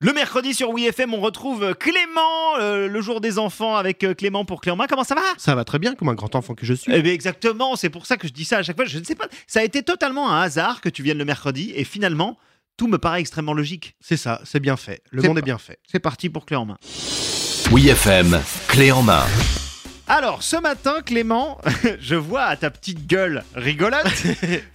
Le mercredi sur WeFM, on retrouve Clément, euh, le jour des enfants avec euh, Clément pour Clé en main. Comment ça va Ça va très bien, comme un grand enfant que je suis. Eh bien exactement, c'est pour ça que je dis ça à chaque fois. Je ne sais pas, ça a été totalement un hasard que tu viennes le mercredi et finalement, tout me paraît extrêmement logique. C'est ça, c'est bien fait. Le C'est monde pas- est bien fait. C'est parti pour Clé en main. Oui FM, clé en main. Alors, ce matin, Clément, je vois à ta petite gueule rigolote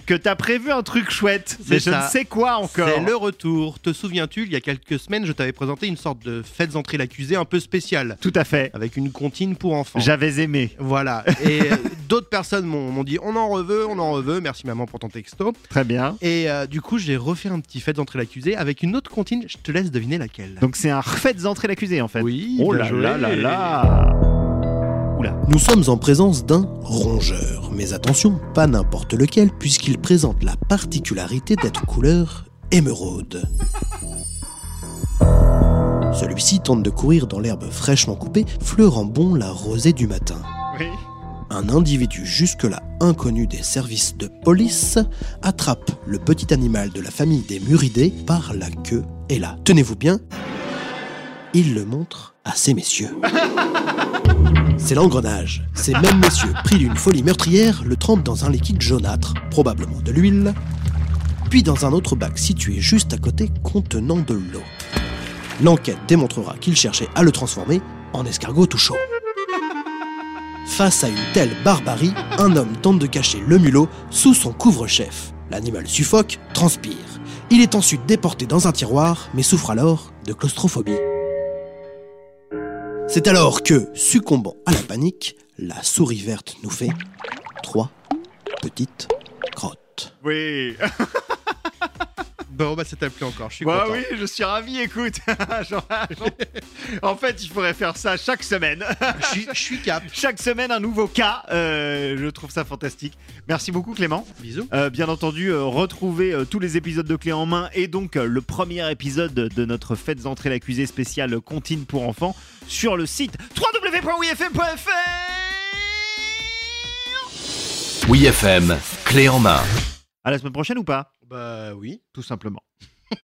que t'as prévu un truc chouette, mais je C'est ça. ne sais quoi encore. C'est le retour. Te souviens-tu, il y a quelques semaines, je t'avais présenté une sorte de fête entrer l'accusé un peu spéciale, Tout à fait. avec une comptine pour enfants. J'avais aimé. Voilà. Et euh, d'autres personnes m'ont m'ont dit on en reveut, on en reveut, merci maman pour ton texto. Très bien. Et euh, du coup, j'ai refait un petit fête d'entrée l'accusé avec une autre comptine, je te laisse deviner laquelle. Donc c'est un refaites entrer l'accusé en fait. Oui, Oh bien là joué. là là là. Nous sommes en présence d'un rongeur, mais attention, pas n'importe lequel, puisqu'il présente la particularité d'être couleur émeraude. Celui-ci tente de courir dans l'herbe fraîchement coupée, fleurant bon la rosée du matin. Oui. Un individu jusque-là inconnu des services de police attrape le petit animal de la famille des muridés par la queue et là, tenez-vous bien, il le montre à ces messieurs. C'est l'engrenage. Ces mêmes messieurs, pris d'une folie meurtrière, le trempent dans un liquide jaunâtre, probablement de l'huile, puis dans un autre bac situé juste à côté contenant de l'eau. L'enquête démontrera qu'il cherchait à le transformer en escargot tout chaud. Face à une telle barbarie, un homme tente de cacher le mulot sous son couvre-chef. L'animal suffoque, transpire. Il est ensuite déporté dans un tiroir, mais souffre alors de claustrophobie. C'est alors que, succombant à la panique, la souris verte nous fait trois petites crottes. Oui. Bon, bah ça t'a plu encore, je suis Bah content. oui, je suis ravi, écoute. J'en- j'en- en fait, il faudrait faire ça chaque semaine. Je suis- Je suis cap. chaque semaine, un nouveau cas. Euh, je trouve ça fantastique. Merci beaucoup, Clément. Bisous. Euh, bien entendu, euh, retrouvez euh, tous les épisodes de Clé en main et donc euh, le premier épisode de notre Faites entrer l'accusé spécial Contine pour enfants sur le site www.wifm.fr. Oui FM, clé en main. À la semaine prochaine ou pas Bah oui. Tout simplement.